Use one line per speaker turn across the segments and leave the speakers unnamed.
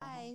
哎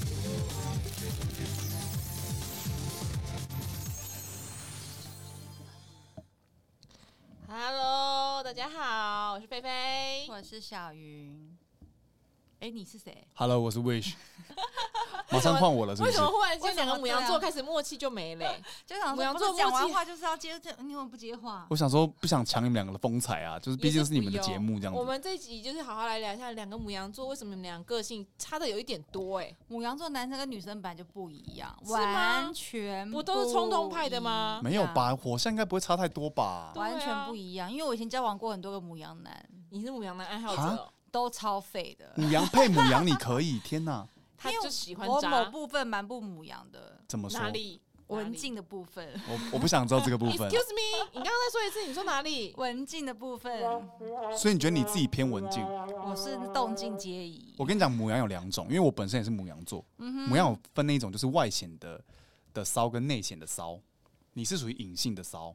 Hello，大家好，我是菲菲。
我是小云。哎、你是谁？
Hello，我是 Wish，马上换我了，是不
为
是
什？么忽然
为
间
什
两个
么
母羊
这
座
样
开始默契就没了欸、
就想
母羊
说，
座
不是讲
默
完
契
话就是要接这，你怎么不接话？
我想说不想抢你们两个的风采啊，就是毕竟是你们的
也是不
节
用
目这样
我
子。
们这一集就是好好来聊一下两个母羊座为什么你们俩个性差的有一点多哎、
母羊座男生跟女生本来就不一样，
是吗
完全
不嗯都是冲动派的吗
不一
没有
样？
吧？火象应该不会差太多吧
对？
完
啊
全不一样，因为我以前交往过很多个母羊男，
你是母羊的爱好者
啊
哦、
都超废的。
母羊配母羊，你可以。天哪，
他
因为
就喜欢
我某
渣
部分蛮不母羊的，
怎么说
哪？里？
文静的部分，
我我不想知道这个部
哪里
分。
Excuse me，你刚刚再说一次，你说哪里？
文静的部分，
所以你觉得你自己偏文静？
我是动静皆宜
我。跟你讲，母羊有两种，因为我本身也是母羊座。
嗯
母羊有分那一种，就是外显的的骚跟内显的骚。你是属于隐性的骚，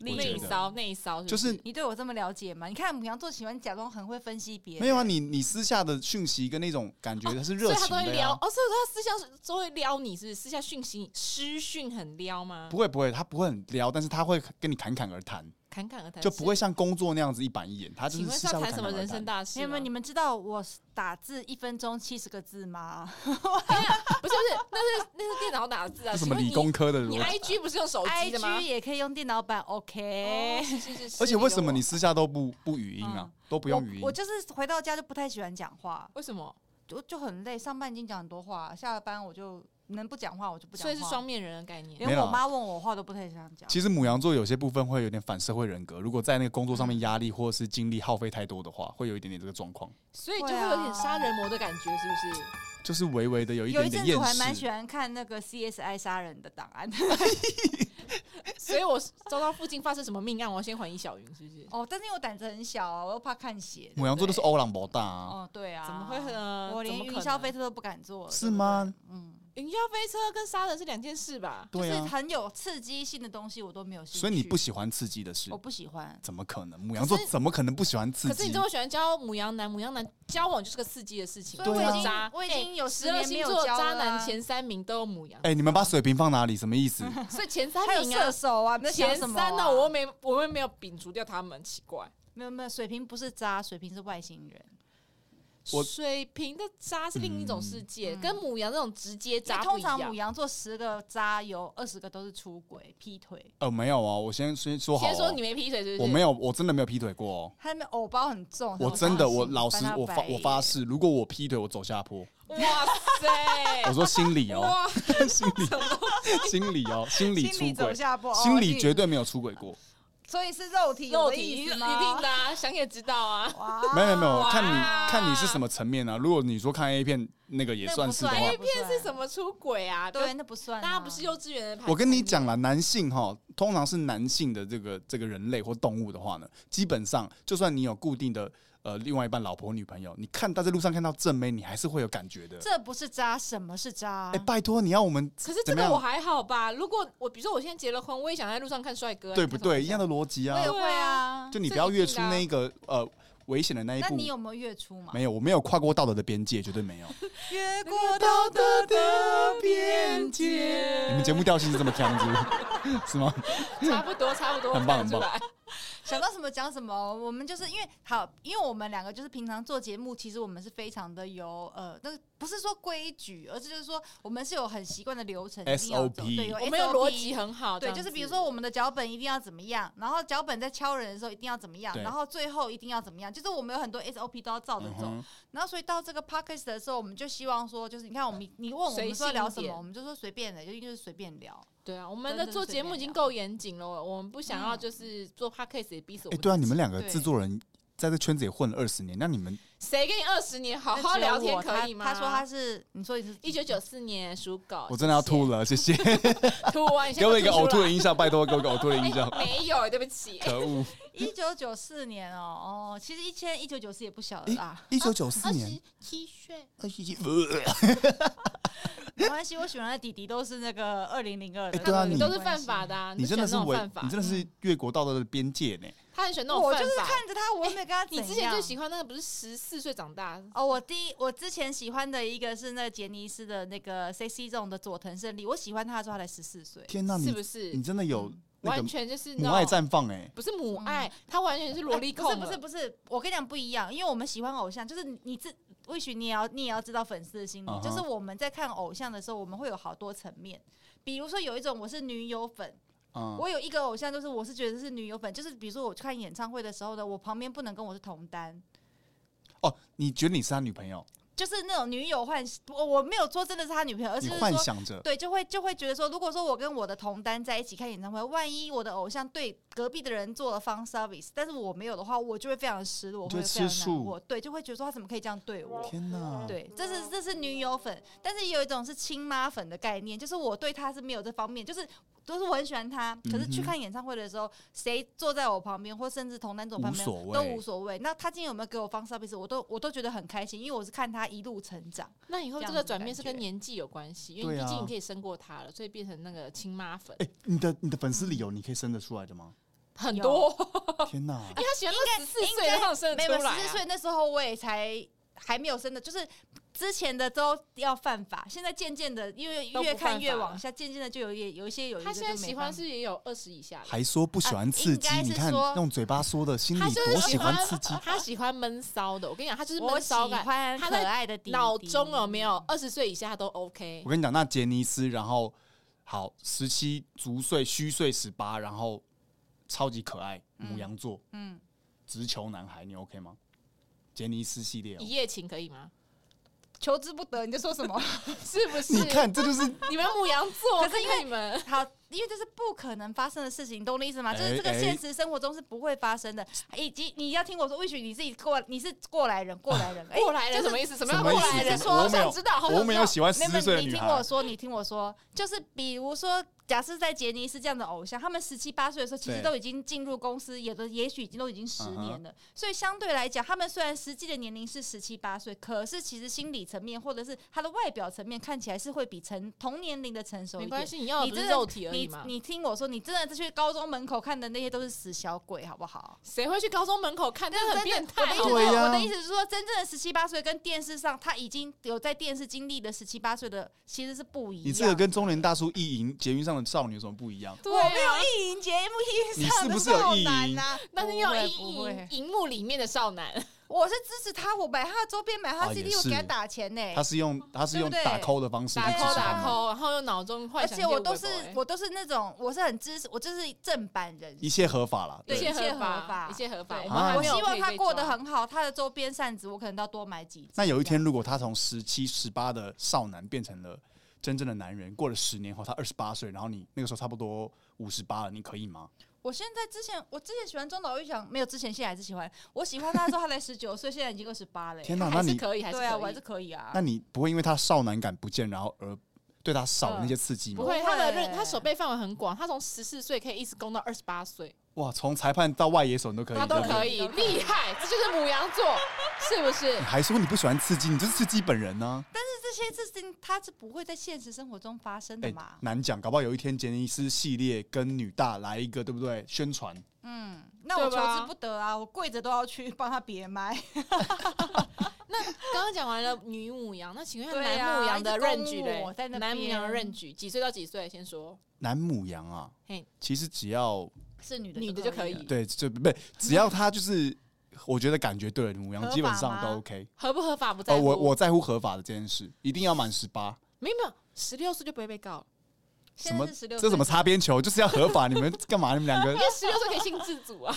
我觉
内
得
骚，内骚，
就是是
你对我这么了解吗？你看母羊座喜欢假装很会分析别人，
没有啊，你你私下的讯息跟那种感觉它是
不是
热
哦所以他
情
都会
的啊呀、
撩哦，所以他私下都会撩你，是不是？私下讯息私讯很撩吗
不？会不会，他不会很撩，但是他会跟你侃侃而谈，
侃侃而谈
就不会。像工作那样子一板一眼。他
是
就
请问
啊是私
是
下
要
会
谈
侃
什
侃
么
而
人生
谈。
大事
你
吗？
们你们知道我打字一分钟七十个字吗？
不是不是，那是那是电脑打字啊。
这什
请
么
问
理
你
工科的
你
逻辑？
I G 不是用手机的吗
IG 也可以用电脑版，OK
哦。是是是
而且为什么
理工
你私下都不不语音啊
嗯？
都不用语
我，我
音，
就是回到家就不太喜欢讲话，
我为什么？
就就很累。上班已经讲很多话，下了班我就能不讲话我就不讲
所
话。
以是双，面人的概念。
没
连
有
我
啊
妈问我话都不太想讲。
其实母羊座有些部分会有点反社会人格，如果在那个工作上面压力或者是精力耗费太多的话，会有一点点这个状况，
所以就会有点杀人魔的感觉，是不是？
就是微微的有一
有一阵
点点
子我
厌
还蛮喜
世。
欢看那个 CSI 杀人的档案
所以我周到附近发生什么命案，我要先怀疑小云，是不是？
哦，但是因为我胆子很小啊，我又怕看血。
母羊座都是
对不
欧朗博大
对
啊，
哦，对啊，
怎么会呢？
我连
怎么可
云
能
霄飞车都不敢坐，
是吗
对不对？嗯，
云霄飞车跟杀人是两件事吧？
就
对
是
啊，
很有刺激性的东西我都没有兴趣。
所以你不喜欢刺激的事
我，不喜欢。
怎么可能？母羊座
哦可是
怎么可能不喜欢刺
可是你
激
这？么喜欢交母羊男，母羊男交往就是个刺激的事情。
所以我
对啊
已经、
渣，哎
我已经有
十
十
二
年没
星
有
座
交
渣
了啊
男前三名都有母羊，
哎，你们把水瓶放哪里？什么意思？
所以前三
还有
名啊
射，手啊，你在想
前
什么、
三呢，我又没我又没有摒除掉他们，奇怪。
没有没有，水瓶不是渣，水瓶是外星人。
我
水瓶的渣是另一种世界，
嗯
跟母羊那种直接
因
渣
为
不
通
一
常母
样。
羊座十个渣有二十个都是出轨、劈腿，
呃，没有哦，我先先说好哦，
先说你没劈腿是不是？
我没有，我真的没有劈腿过哦。
他们偶包很重。
我真的，我
很
老
恶
实
心，
我
翻他
发
白
我
眼
发，誓，如果我劈腿，我走 下坡。
哇塞！
我说心理哦，
哇，
心理，心理哦，心理出
心里走
轨，
下坡，
心理
哦
绝，对没有出轨过。
所以是肉体
肉
有
体一定
意思
一定
吗？
的、啊，想也知道啊。
哇
没有没有没有，
哇
看你看你是什么层面啊。如果你说看 A 片那个也
那
算
不
是的
算
话
A，片是什么出轨啊？不要
对，那不算啊、
大家不是幼稚园的牌。
我跟你，讲啦，男性哈，通常是男性的这个这个人类或动物的话呢，基本上就算你有固定的呃另外一半老婆女朋友，你看他在路上看到正妹，你还是会有感觉的。
这不是渣，什么是渣？
哎，拜托，你要我们
啊可是这
怎
个
么样
我还好吧。如果我比如说我现在结了婚，我也想在路上看帅哥、啊，
对不对？
你
一
看
样的逻辑啊
我。也
对
会
啊
啊。
就你
这
不要
一
越
定
出
的啊
那个呃危险的那一
那
步。
你有没有月出嘛？
没有，我没有跨过道德的边界，绝对没有。
越过
过
道
道
德
德
的
的
边
边
界。
界
你们节目调性是这么强子， 是吗？
这个差不多，差不多，
很棒
看得出来。
想到什么讲什么，我们就是因为好，因为我们两个就是平常做节目，其实我们是非常的有呃，那个不是说规矩，而是就是说我们是有很习惯的流程一定要走
SOP
对，有
我们有
SOP
逻辑。很好，
对，
这样
就
子
是比如说我们的脚本一定要怎么样，然后脚本在敲人的时候一定要怎么样，
对
然后最后一定要怎么样，就是我们有很多 SOP 都要照着
嗯
走。
哼，
然后所以到这个 podcast 的时候，我们就希望说，就是你看我们你问我
随
们说
性一
聊什
点
么，我们就说随便的，就就是随便聊。
对啊，我们
真
的
的
做
是嗯
节目
随
已
便
经
聊
够严谨了，我们不想要就是做 podcast 也逼死我
哎，
们。
对啊，你们两个
对
制作人在这圈子也混了二十年，那你们
谁跟你二十年好
那只有
好聊天
我
可以吗？
他他说他是，你说你是
一九九四年属狗，
我真的要吐
了，
了，谢谢，
吐完你现
给
在
我一个呕吐
出
的
来
音效，拜托，给我一个呕吐的音效，
哎没有，对不起，
可恶！
一九九四年哦哦，其实一千一九九四也不小了
诶
啦，
一九九四年，
七岁，
二十一，呃
没关系，我喜欢的弟弟都是那个二零零二的，
诶对啊你
都是犯法的、啊，
你真的是
喜欢那
违
种犯，法嗯
你，真的是越国道德的边界呢。
他很喜欢那种
我
犯
就是
法。
看着他，我也没有跟他怎
你
样。
之前最喜欢那个不是十四岁长大，
哦，我第一我之前喜欢的一个是那个杰尼斯的那个 C C 这种的佐藤胜利，我喜欢他的时候他才十四岁，
天哪，
是
你
不是？
你真的有
嗯
那
完
个
全就是
母
那
爱
种
绽放哎，
不是母爱，他完全是萝莉控
哎
了，
不是不是不是，我跟你讲不一样，因为我们喜欢偶像，就是你你自或许你也要你也要知道粉丝的心理
啊哈
就是我们在看偶像的时候，我们会有好多层面，比如说有一种我是女友粉，
嗯，
我有一个偶像，就是我是觉得是女友粉，就是比如说我去看演唱会的时候呢，我旁边不能跟我是同单。
哦，你觉得你是他女朋友，
就是那种女友幻，我我没有说真的是他女朋友，而是
你
就是
幻
说
想着
对，就会就会觉得说，如果说我跟我的同单在一起看演唱会，万一我的偶像对隔壁的人做了 fan service，但是我没有的话，我就会非常失落，
你
我会
就会
非常
吃
难
醋
过，对，就会觉得说他怎么可以这样对我。
天哪，，
对，这是这是女友粉，但是也有一种是亲妈粉的概念，就是我对他是没有这方面，就是都是我很喜欢他，可是去
嗯哼
看演唱会的时候，谁坐在我旁边，或甚至同单坐我旁
无
边
所
都
谓
无所谓。那他今天有没有给我 fan service，我都我都觉得很开心，因为我是看他一路成长。
那以后
这
这
样
个
子
转
感
变是跟
觉
年纪有关系，因为
对啊
毕竟你可以生过他了，所以变成那个亲妈粉
哎，你的你的粉丝理由你可以生得出来的吗？
很
有
多，
天 哪
啊
因，为他喜欢那十四
应
岁
该
的那种生
没
得
有
出
十
来
四
啊。
岁那时候我也才还没有生的，就是之前的都要犯法，现在渐渐的，因为
都不
越看
犯
越
法
往
了
下，渐渐的就有一有一些有一
他
个
现
就
在
没
喜
办
欢
法
是也有二十以下的，
还说不喜欢刺激
啊应，该是
你看
说
那种嘴巴说的，心里
他就是
多喜欢刺 激，
啊
他喜欢闷骚的。我跟你讲，他就是
我
闷
喜
骚感，
欢
他
可
在
爱的弟弟
脑中有没有？二十岁以下他都 OK
我。跟你讲，那杰尼斯，然后好十七足岁虚岁十八，然后超级可爱，母羊座，
嗯，
直球男孩，你 OK 吗？杰尼斯系列哦、
一夜情可以吗？
求之不得，你在说什么？
是不是？
你，看这就是
你们母羊座，
可是因
看
为
看你们
好，因为这是不可能发生的事情，你懂我的意思吗？就是这个
哎哎
现实生活中是不会发生的，以及你要听我说，魏许你自己过，你是过来人，过来人，哎
过来人
就是
什么意思？什么
什
叫
么
过
意
来人？
思？
说
我
好
没
想
有
知道，好，
我
想
没
知道。
有喜欢十
没有没
四
有
岁的
你
女
听我
孩，
说，你听我说，就是比如说，假设在杰尼斯这样的偶像，他们十七八岁的时候，其实
对
都已经进入公司，有的也许已经都已经十
嗯哼
年了。所以相对来讲，他们虽然实际的年龄是十七八岁，可是其实心理层面或者是他的外表层面看起来是会比成同年龄的成熟一
没
点。
关系，你要的
你
不是
真的
肉体而已
你
嘛。
你听我说，你真的去高中门口看的那些都是死小鬼，好不好？
谁会去高中门口看？
但
真的很变态哦
我的意
好不
思是说
好。
对呀
我的意思是说，真正的十七八岁跟电视上他已经有在电视经历的十七八岁的其实是不一样。
你这个跟中年大叔意淫捷运上的少女有什么不一样？
对
我
啊
没有意淫节目意
你
淫
是
上
不
的
是有
少
意
男
淫
啊，
但是
不
要
会
荧
不会
荧荧幕里面的少男，
我是支持他，我买他的周边，买他
哦
的
也
CD，我给他
是
打钱呢、
他是用他是用
对不对
打 call 的方式
打
去支
对啊
扣
持
打
他们，
扣，然后用脑中幻
而
想一
且
些微
我
博
都
欸。
是我都是那种，我是很支持，我就是正版人
一切合法啦。
对
一
对，
切
一切
合
合
法
法，
一切合法。
对
我
啊
们还
我
没有
希望
被
他
被
过得
抓
很好，他的周边扇子我可能都要多买几只。
那有一天如果他从十七十八的少男变成了。真正的男人过了十年后，他二十八岁，然后你那个时候差不多五十八了，你可以吗？
我现在之前我之前喜欢中岛裕翔，没有之前现在还是喜欢。我喜欢他的时候，他才十九岁，现在已经二十八了、
天哪，那
还是
你
可以，还是
对啊，我
可
还
以
是。可以啊
那。你不会因为他少男感不见，然后而对他少那些刺激吗
不？会，他的
不会
认他手背范围很广，他从十四岁可以一直攻到二十八岁，
哇，从裁判到外野手你都可以，
他都
对不对
可以，厉害！这就是母羊 座，是不是
你？还说你不喜欢刺激，你就是刺激本人呢、
这些事情他是不会在现实生活中发生的
哎、
嘛？
难讲，搞不好有一天杰尼斯系列跟女大来一个，对不对？宣传
嗯，那我
对
求
吧
之不得啊，我跪着都要去帮他别麦。
刚刚讲完了女母羊，那请问一下
对啊
男母羊的
一直攻
range
我在
嘞？
那边
男母羊的 range 几岁到几岁？先说
男母羊啊
嘿，
其实只要
是女的，
女的就可以，
对，就不对，只要他就是，我觉得感觉对了，母
合
羊
法
基本上
吗
都 OK。
合不合法不在
呃，
乎。
我我在乎合法的这件事，一定要满十八。
没有没有，十六岁就不会被告了，
什么？
16
这什么擦边球？就是要合法，你们干嘛？你 们两个
因为十六岁可以性自主啊。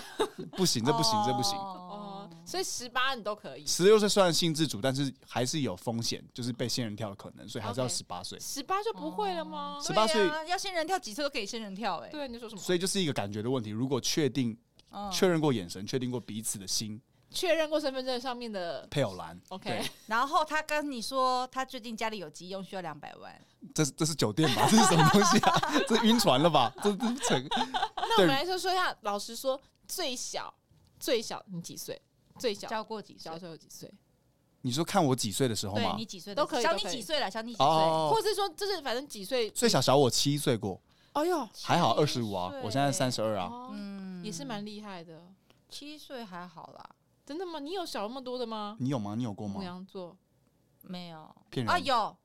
不行，这不行，这不 行。
哦
哦，，
所以十八你都可以，
十六岁虽然性自主，但是还是有风险，就是被仙人跳的可能，所以还是要
OK
十八岁。
十八就不会了吗？
18岁
对啊要仙人跳几次都可以仙人跳哎。
对，你说什么？
所以就是一个感觉的问题。如果确定
嗯
确认过眼神，确定过彼此的心，
确认过身份证上面的
配偶栏。
OK
对，
然后他跟你说他最近家里有急用，需要两百万，
这是这是酒店吧？这是什么东西啊？ 这晕船了吧？这这成
那我们来说说一下，老实说，最小最小你几岁？最小
交过几岁
小？时候有几岁？
你说看我几岁的时候
对
吗
你？几岁的
都可以
小
都
你
可以
几岁了？小你几岁？
哦，
或是说，就是反正几岁？
最小小我七岁过，
哎呦，
还好二十五啊
七，岁
我现在三十二啊。
哦，
嗯
也是蛮厉害的。
七岁还好啦，
真的吗？你有小那么多的吗？
你有吗？你有过
母
吗？
羊座，
没有
骗人！
啊，有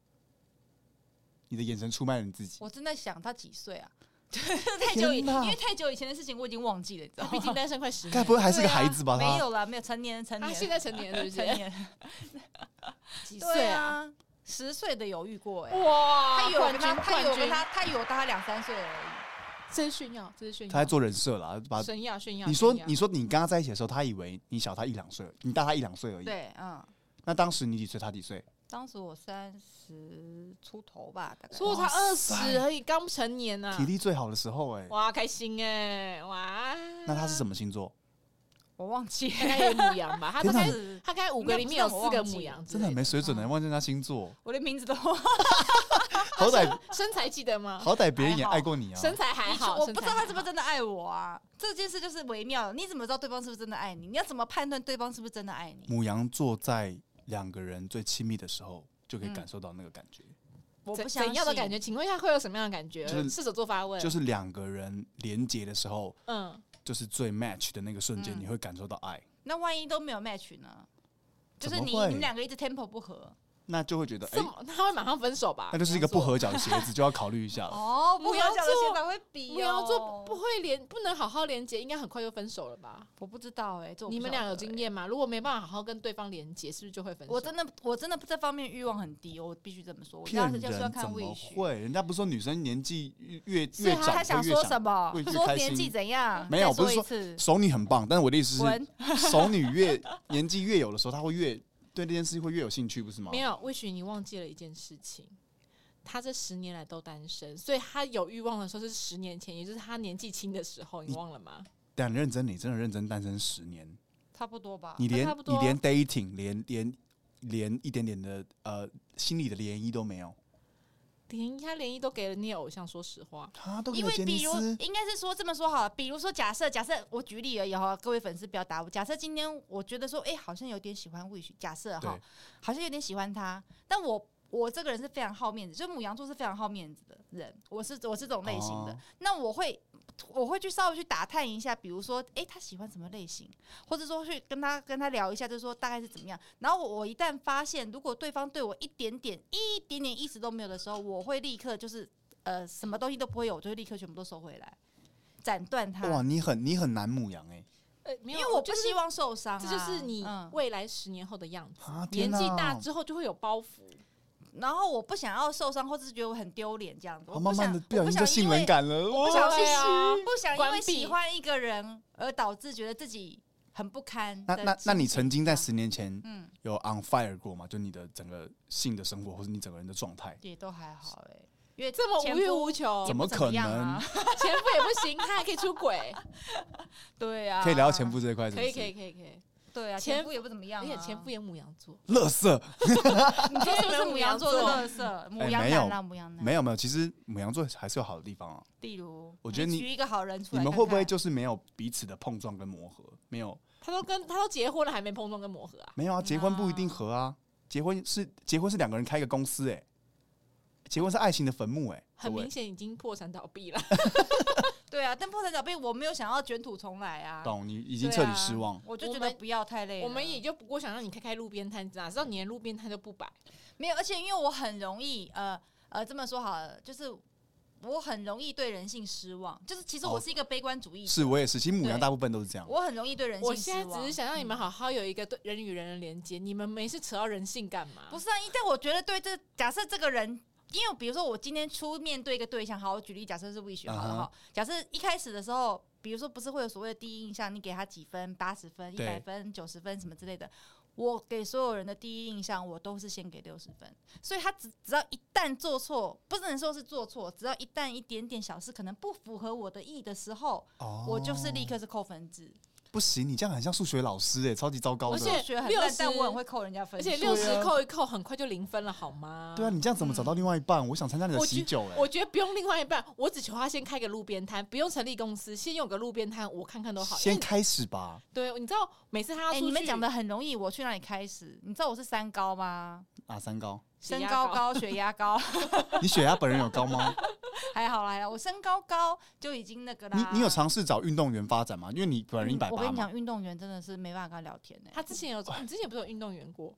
你的眼神出卖了你自己。
我正在想他几岁 啊？太久以，
天哪
因为太久以前的事情我已经忘记了，你知道
他
吗？
毕竟单身快十
该
年
不，会还是个
对啊
孩子吧？
没
他
有啦，没有成年人，成
他
年
啊现
人，
在成年了，是不
成
是？
年人，
几
对
岁？
啊，十岁的有遇过
啊
哎，
哇，
他有
冠
跟
军
他，他有
冠军
跟他，他有大他两三岁而
这是炫耀，这是炫耀，
他在做人设啦，把
炫耀炫耀。
你说
炫耀
你说你跟他在一起的时候，他以为你小他一两岁，你大他一两岁而
已。
已。
对，嗯，
那当时你几岁？他几岁？
当时我三十出头吧，大概。
说他二
哇
十
塞
而已，刚成年
嗯
呐、
体力最好的时候哎。
哇，开心哎、哇！
那他是什
么？
么星座？
我忘记了，
大概有母羊吧， 他
天
大
哪
概他大概五个里面有四个母羊之
真
类
的
的，
很没水
嗯
准的，忘记人家 星座。
我连名字都忘了，
好歹
身材记得吗？
好歹别人也
啊还好
爱过你啊。
身材还好，
我不知道他是不
身材还好
是真的爱我啊。这件事就是微妙的，你怎么知道对方是不是真的爱你？你要怎么判断对方是不是真的爱你？
母羊座在两个人最亲密的时候，就
嗯
可以感受到那个感觉，
我不
怎
相信
怎样的感觉？请问一下会有什么样的感觉？
就是
射手座发问，
就是两个人连结的时候，
嗯，
就是最 match 的那个瞬间，
嗯
你会感受到爱，
那万一都没有 match 呢？就是
怎
你
么会
你们两个一直 tempo 不合
那就会觉得哎
这，么他会马上分手吧？
那就是一个不合脚的鞋子，就要考虑一下了。
哦，
母
母
羊
羊
座
座的写法会比
母羊座
哦
啊不会连不能好好连接，应该很快就分手了吧？
我不知道哎、这我不
你们
晓
俩
得
有
欸
经？验吗？如果没办法好好跟对方连接，是不是就会分手？
我真的我真的这方面欲望很低，我必须这么说。我
骗
当时就是要
人
看
怎
魏
么
许，
会？人家不是说女生年纪越越
所以
越
他啊他
长会
想
越
说什
想
么
会？越
说
开
年纪
心
怎样？
没有
再
不
说
是
一
说
次。
熟女很棒，但是我的意思
滚
是， 熟女越年纪越有的时候，她会越对这件事情会越有兴趣，不是吗
没？有，魏许你忘记了一件事情，他这十年来都单身，所以他有欲望的时候是十年前，也就是他年纪轻的时候，你
你
忘了吗？
但认真，你真的认真单身十年，
啊差不多吧。
你连
差不多
你连 dating 连连连一点点的呃心理的涟漪都没有，
连他连一都给了你的偶像，说实话，
啊，都
因
有
为
杰尼
比如
斯，
应该是说这么说好了，比如说假设假设我举例而已哈，各位粉丝不要打我。假设今天我觉得说，哎、好像有点喜欢 wish，假设哈
对，
好像有点喜欢他，但我我这个人是非常好面子，就母羊座是非常好面子的人，我是我是这种类型的，
哦
那我会。我会去稍微去打探一下，比如说，哎、他喜欢什么类型，或者说去跟他跟他聊一下，就是说大概是怎么样。然后我我一旦发现，如果对方对我一点点一点点意思都没有的时候，我会立刻就是呃什么东西都不会有，我就会立刻全部都收回来，斩断
哇，
他。
你很你很难母羊哎、
呃，没
因
有，
为我不
就是
希望受伤、
这
啊
就是你
嗯
未来十年后的样子。
啊，
年
天
纪
哪
大之后就会有包袱，
然后我不想要受伤，或者是觉得我很丢脸这样子。
我
我
慢慢
想
的不小心就性冷，感了，
我
我
不想
哇
因为
对啊
不想因为不想因
关
为
闭
喜欢一个人而导致觉得自己很不堪
那
的情绪。
那那你曾经在十年前
嗯
有 on fire 过吗？就你的整个性的生活，或是你整个人的状态，
也都还好哎、因为
这么
前
无欲
夫
无求，前
怎么可
样
能
啊？
夫也不行，他还可以出轨，
对啊，
可以聊到前夫这一块 是不
可
是，
以可以可以可以，
对啊，
前
前夫也不怎么样、
而
啊，
且前夫也母羊座，
乐色
你说是不是母羊座的
哎
特色？母羊男啦，母羊男，
没有没有，其实母羊座还是有好的地方啊。
例如，哎
我觉得你
举一个好人出
你
来看看，
们会不会就是没有彼此的碰撞跟磨合？没有
他都跟他都结婚了还没碰撞跟磨合啊，
没有啊，结婚不一定合啊，结婚是结婚是两个人开一个公司哎、结婚是爱情的坟墓哎、
很
各位
明显已经破产倒闭了。
对啊？但破产小贝，我没有想要卷土重来啊，
懂你已经彻底失望。
我就觉
我
得啊
们
不要太累了。
我们也就不过想让你开开路边摊，哪知道你连路边摊都不摆。
没有，而且因为我很容易，呃呃，这么说好了，就是我很容易对人性失望，就是其实我
哦
是一个悲观主义者，
是啊我也是，其实母羊
对
大部分都是这样。
我很容易对人
我
性失
现
望。
在只是想让你们好好有一个对人与人的连接，你们没事扯到人性干嘛？
不是啊，但我觉得对这假设这个人，因为比如说我今天出面对一个对象，好，我举例假设是魏雪好了
嗯哼
哈，假设一开始的时候，比如说不是会有所谓的第一印象，你给他几分，八十分、一
对
百分、九十分什么之类的。我给所有人的第一印象，我都是先给六十分，所以他只只要一旦做错，不能说是做错，只要一旦一点点小事可能不符合我的意的时候，
哦
我就是立刻是扣分制。
不行，你这样很像数学老师哎、超级糟糕
而且
的。
学很
六
烂
十，
但我很会扣人家分
而
数。
且六
啊
十扣一扣，很快就零分了，好吗？
对啊，你这样怎么找到另外一
嗯
半？我想参加你的
我
喜
觉
酒哎、
我觉得不用另外一半，我只求他先开个路边摊，不用成立公司，先有个路边摊，我看看都好。因
先
为
开始吧。
对，你知道每次他要
哎、
出去，
你们讲的很容易，我去哪里开始？你知道我是三高吗？
啊，三高，
血
身
压
高
高
高，血压高，
你血压本人有高吗？
还好啦，还好，我身高高就已经那个啦。嗯
你你有尝试找运动员发展吗？因为你本人一百
我
八
跟你
嘛
讲，，运动员真的是没办法跟他聊天呢、
他之前有，你之前不是有运动员过？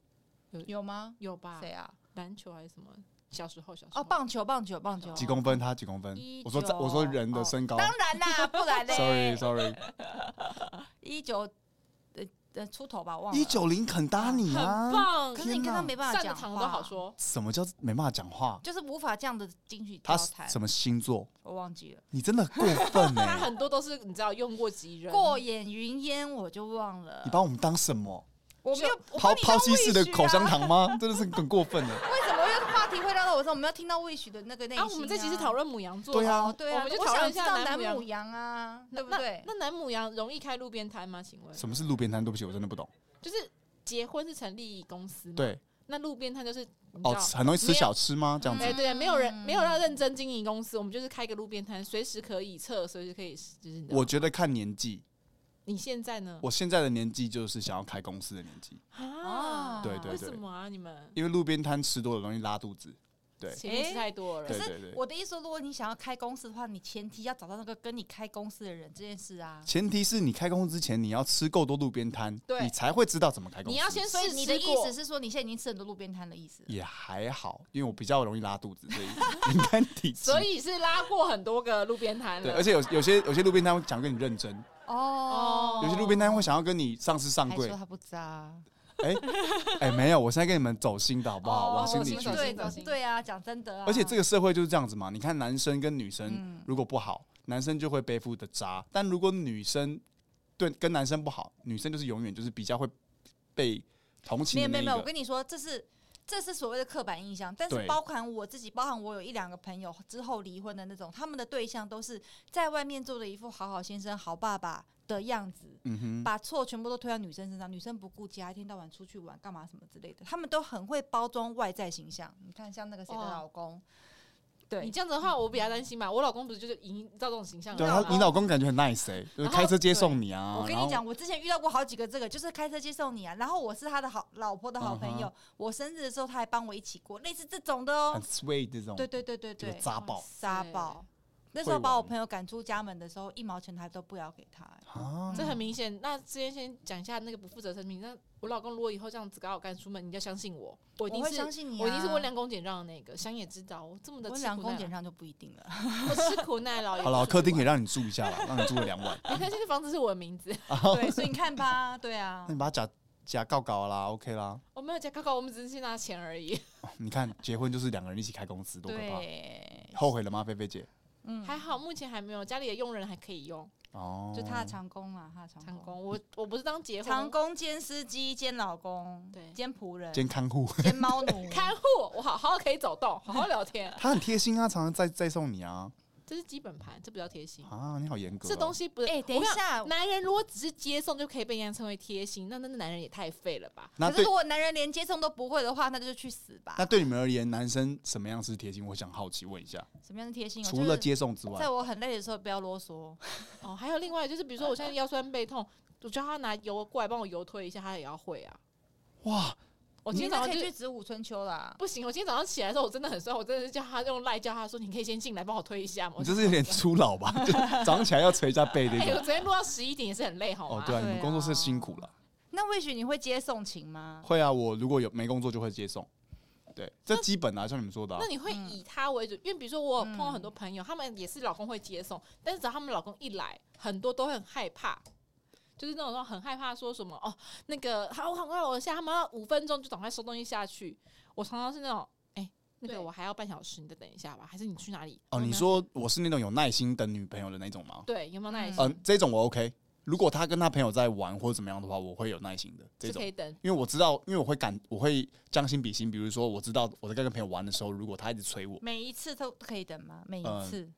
有吗？
有吧？
谁啊？
篮球还是什么？小时候，小时候
哦，棒球，棒球，棒球。
几公分？他几公分
一？
我说在
九哦
我说人的身高。
当然啦，不然
Sorry
嘞，
Sorry，
一九呃呃出头吧，我忘了。
一九零肯搭你
很
啊？
棒
可，是你跟
天哪
他没办法
上
讲
的
话，
场都好，说。
什么叫没办法讲话？
就是无法这样的进去
他
交
是
谈。
什么星座？
我忘记了，
你真的过分
他
哎！
很多都是你知道用过几人，
过眼云烟我就忘了。
你把我们当什么？
我没有我
抛
把你当
抛弃式的
wish 啊
口香。糖吗？真的是很过分欸的。
为什么这个话题会绕到我这？我们要听到魏许的那个内心
啊，我们这集是讨论母羊座，
对啊
哦，对啊，
我们就
我
讨论
想
一
知
下
道
南
南
母
母
羊
羊啊，
那
对不对？
那那南母羊容易开路边摊吗？请问，
什么是路边摊？对不起，我真的不懂。
就是结婚是成立公司嘛？，
对，
那路边摊就是你知
哦，
道
很容易吃小吃吗？这样
哎、
嗯
子
对，没有人没有要认真经营公司，我们就是开个路边摊，随时可以测，随时可以，就是你知道
我觉得看年纪，
你现在呢？
我现在的年纪就是想要开公司的年纪，
啊，
对对
为什么啊？你们
因为路边摊吃多了容易拉肚子。对
前面吃太多了，
对
可
对对
是。我的意思说，如果你想要开公司的话，你前提要找到那个跟你开公司的人这件事啊。
前提是你开公司之前，你要吃够多路边摊，
对
你才会知道怎么开公司。
你要先
所以
试
你的
吃
意
过
思，是说，你现在已经吃很多路边摊的意思？
也还好，因为我比较容易拉肚子，所以 敏感 体质。
所以是拉过很多个路边摊
对，
了，
而且有有些有些路边摊会想跟你认真，
哦
有些路边摊会想要跟你上市上
哦
还
柜
说。他不渣，
哎哎，没有，我现在跟你们走心的好不好？
哦
往心
我
里
心
去
走。
对
走
的
心
对啊，讲真的啊。
而且这个社会就是这样子嘛，你看男生跟女生
嗯
如果不好，男生就会背负的渣，但如果女生对跟男生不好，女生就是永远就是比较会被同情
没有
的
没有没
那一
有，我
个。
跟你说，这是这是所谓的刻板印象，但
对
是包含我自己，包含我有一两个朋友之后离婚的那种，他们的对象都是在外面做的一副好好先生、好爸爸的样子，
嗯哼，
把错全部都推到女生身上，女生不顾家，一天到晚出去玩干嘛什么之类的，他们都很会包装外在形象。你看，像那个谁的
哦
老公，
你
对。
这样子的话，我比较担心吧。我老公不是就是已经照这种形象了
对
吗，
他，你老公感觉很 nice 哎、就是
然后
开车接送你啊。
我跟
然
你
后
讲，我之前遇到过好几个这个，就是开车接送你啊，然后我是他的好老婆的好朋友
嗯
我生日的时候他还帮我一起过，类似这种的哦
很。sweet 这种，
对对对对
这个
对，
渣爆
沙宝。那时
会
候
玩
把我朋友赶出家门的时候，一毛钱他都不要给他、欸
啊
这很明显。那之前先讲一下那个不负责声明。那我老公如果以后这样子搞我干出门，你就相信我，我一定
会
是
相信你、啊，
我一定是温良恭俭让的那个。想也知道，我这么的
温
吃
良
苦
恭
耐
俭
劳，
让就不一定 了。
我吃苦耐 劳。
好了，客厅可以
也
让你住一下了，让你住个两晚，
哎不是玩。没关系，这房子是我的名字，
对，所以你看吧，对啊
那你，把它假假告告啦，OK 啦。哦
我没有加高高，我们只是去拿钱而已，
你看结婚就是两个人一起开公司，多可怕！
对，
后悔了吗，菲菲姐？
嗯
还好目前还没有。家里的佣人还可以用，
哦，
就他的长工啊，他的
长
长工，
工。我我不是当结婚
长工兼司机兼老公，
对，
兼仆人
兼看护，
兼 猫 奴
看护，我好好可以走动，好好聊天，
他很贴心啊，常常再再送你啊
这是基本盘，这比较贴心。
啊，你好严格哦。
这东西不是
哎、等一
我跟你
下，
男人如果只是接送就可以被人家称为贴心，那那那男人也太废了吧？
那
可是
对
如果男人连接送都不会的话，那就去死吧
那。对你们而言，男生什么样是贴心？我想好奇问一下，
什么样的贴心哦？
除了
就是
接啊送之外
在，我很累的时候不要啰嗦，
哦，还有另外就是，比如说我现在腰酸背痛，我叫他拿油过来帮我油推一下，他也要会啊。
哇，
我今天早上
你可以
就
去指舞春秋 啦。
不行，我今天早上起来的时候我真的很酸，我真的是叫他用赖叫他说，你可以先进来帮我推一下嘛。我
你这是有点初老吧？就早上起来要捶一下背的
哎、
那
我
种。
昨天录到十一点也是很累，好吗？
哦，对啊，你
对
们
啊
工作室辛苦了。
那魏许你会接送情吗？
会啊，我如果有没工作就会接送。对，这基本啊，像你们说的啊
那。你会
嗯
以他为主，因为比如说我有碰到很多朋友，他们也是老公会接送，但是只要他们老公一来，很多都会很害怕，就是那种说很害怕说什么哦，那个好，我很快我下，他们要五分钟就赶快收东西下去。我常常是那种，哎、那个
对
我还要半小时，你再等一下吧，还是你去哪里？
哦，
我
你
没有
说我是那种有耐心等女朋友的那种吗？
对，有没有耐
嗯
心？
嗯，这种我 OK。如果他跟他朋友在玩或者怎么样的话，我会有耐心的这
就
种
可。以等。
因为我知道，因为我会感，我会将心比心。比如说，我知道我在跟朋友玩的时候，如果他一直催我，
每一次都可以等吗？每一
嗯
次、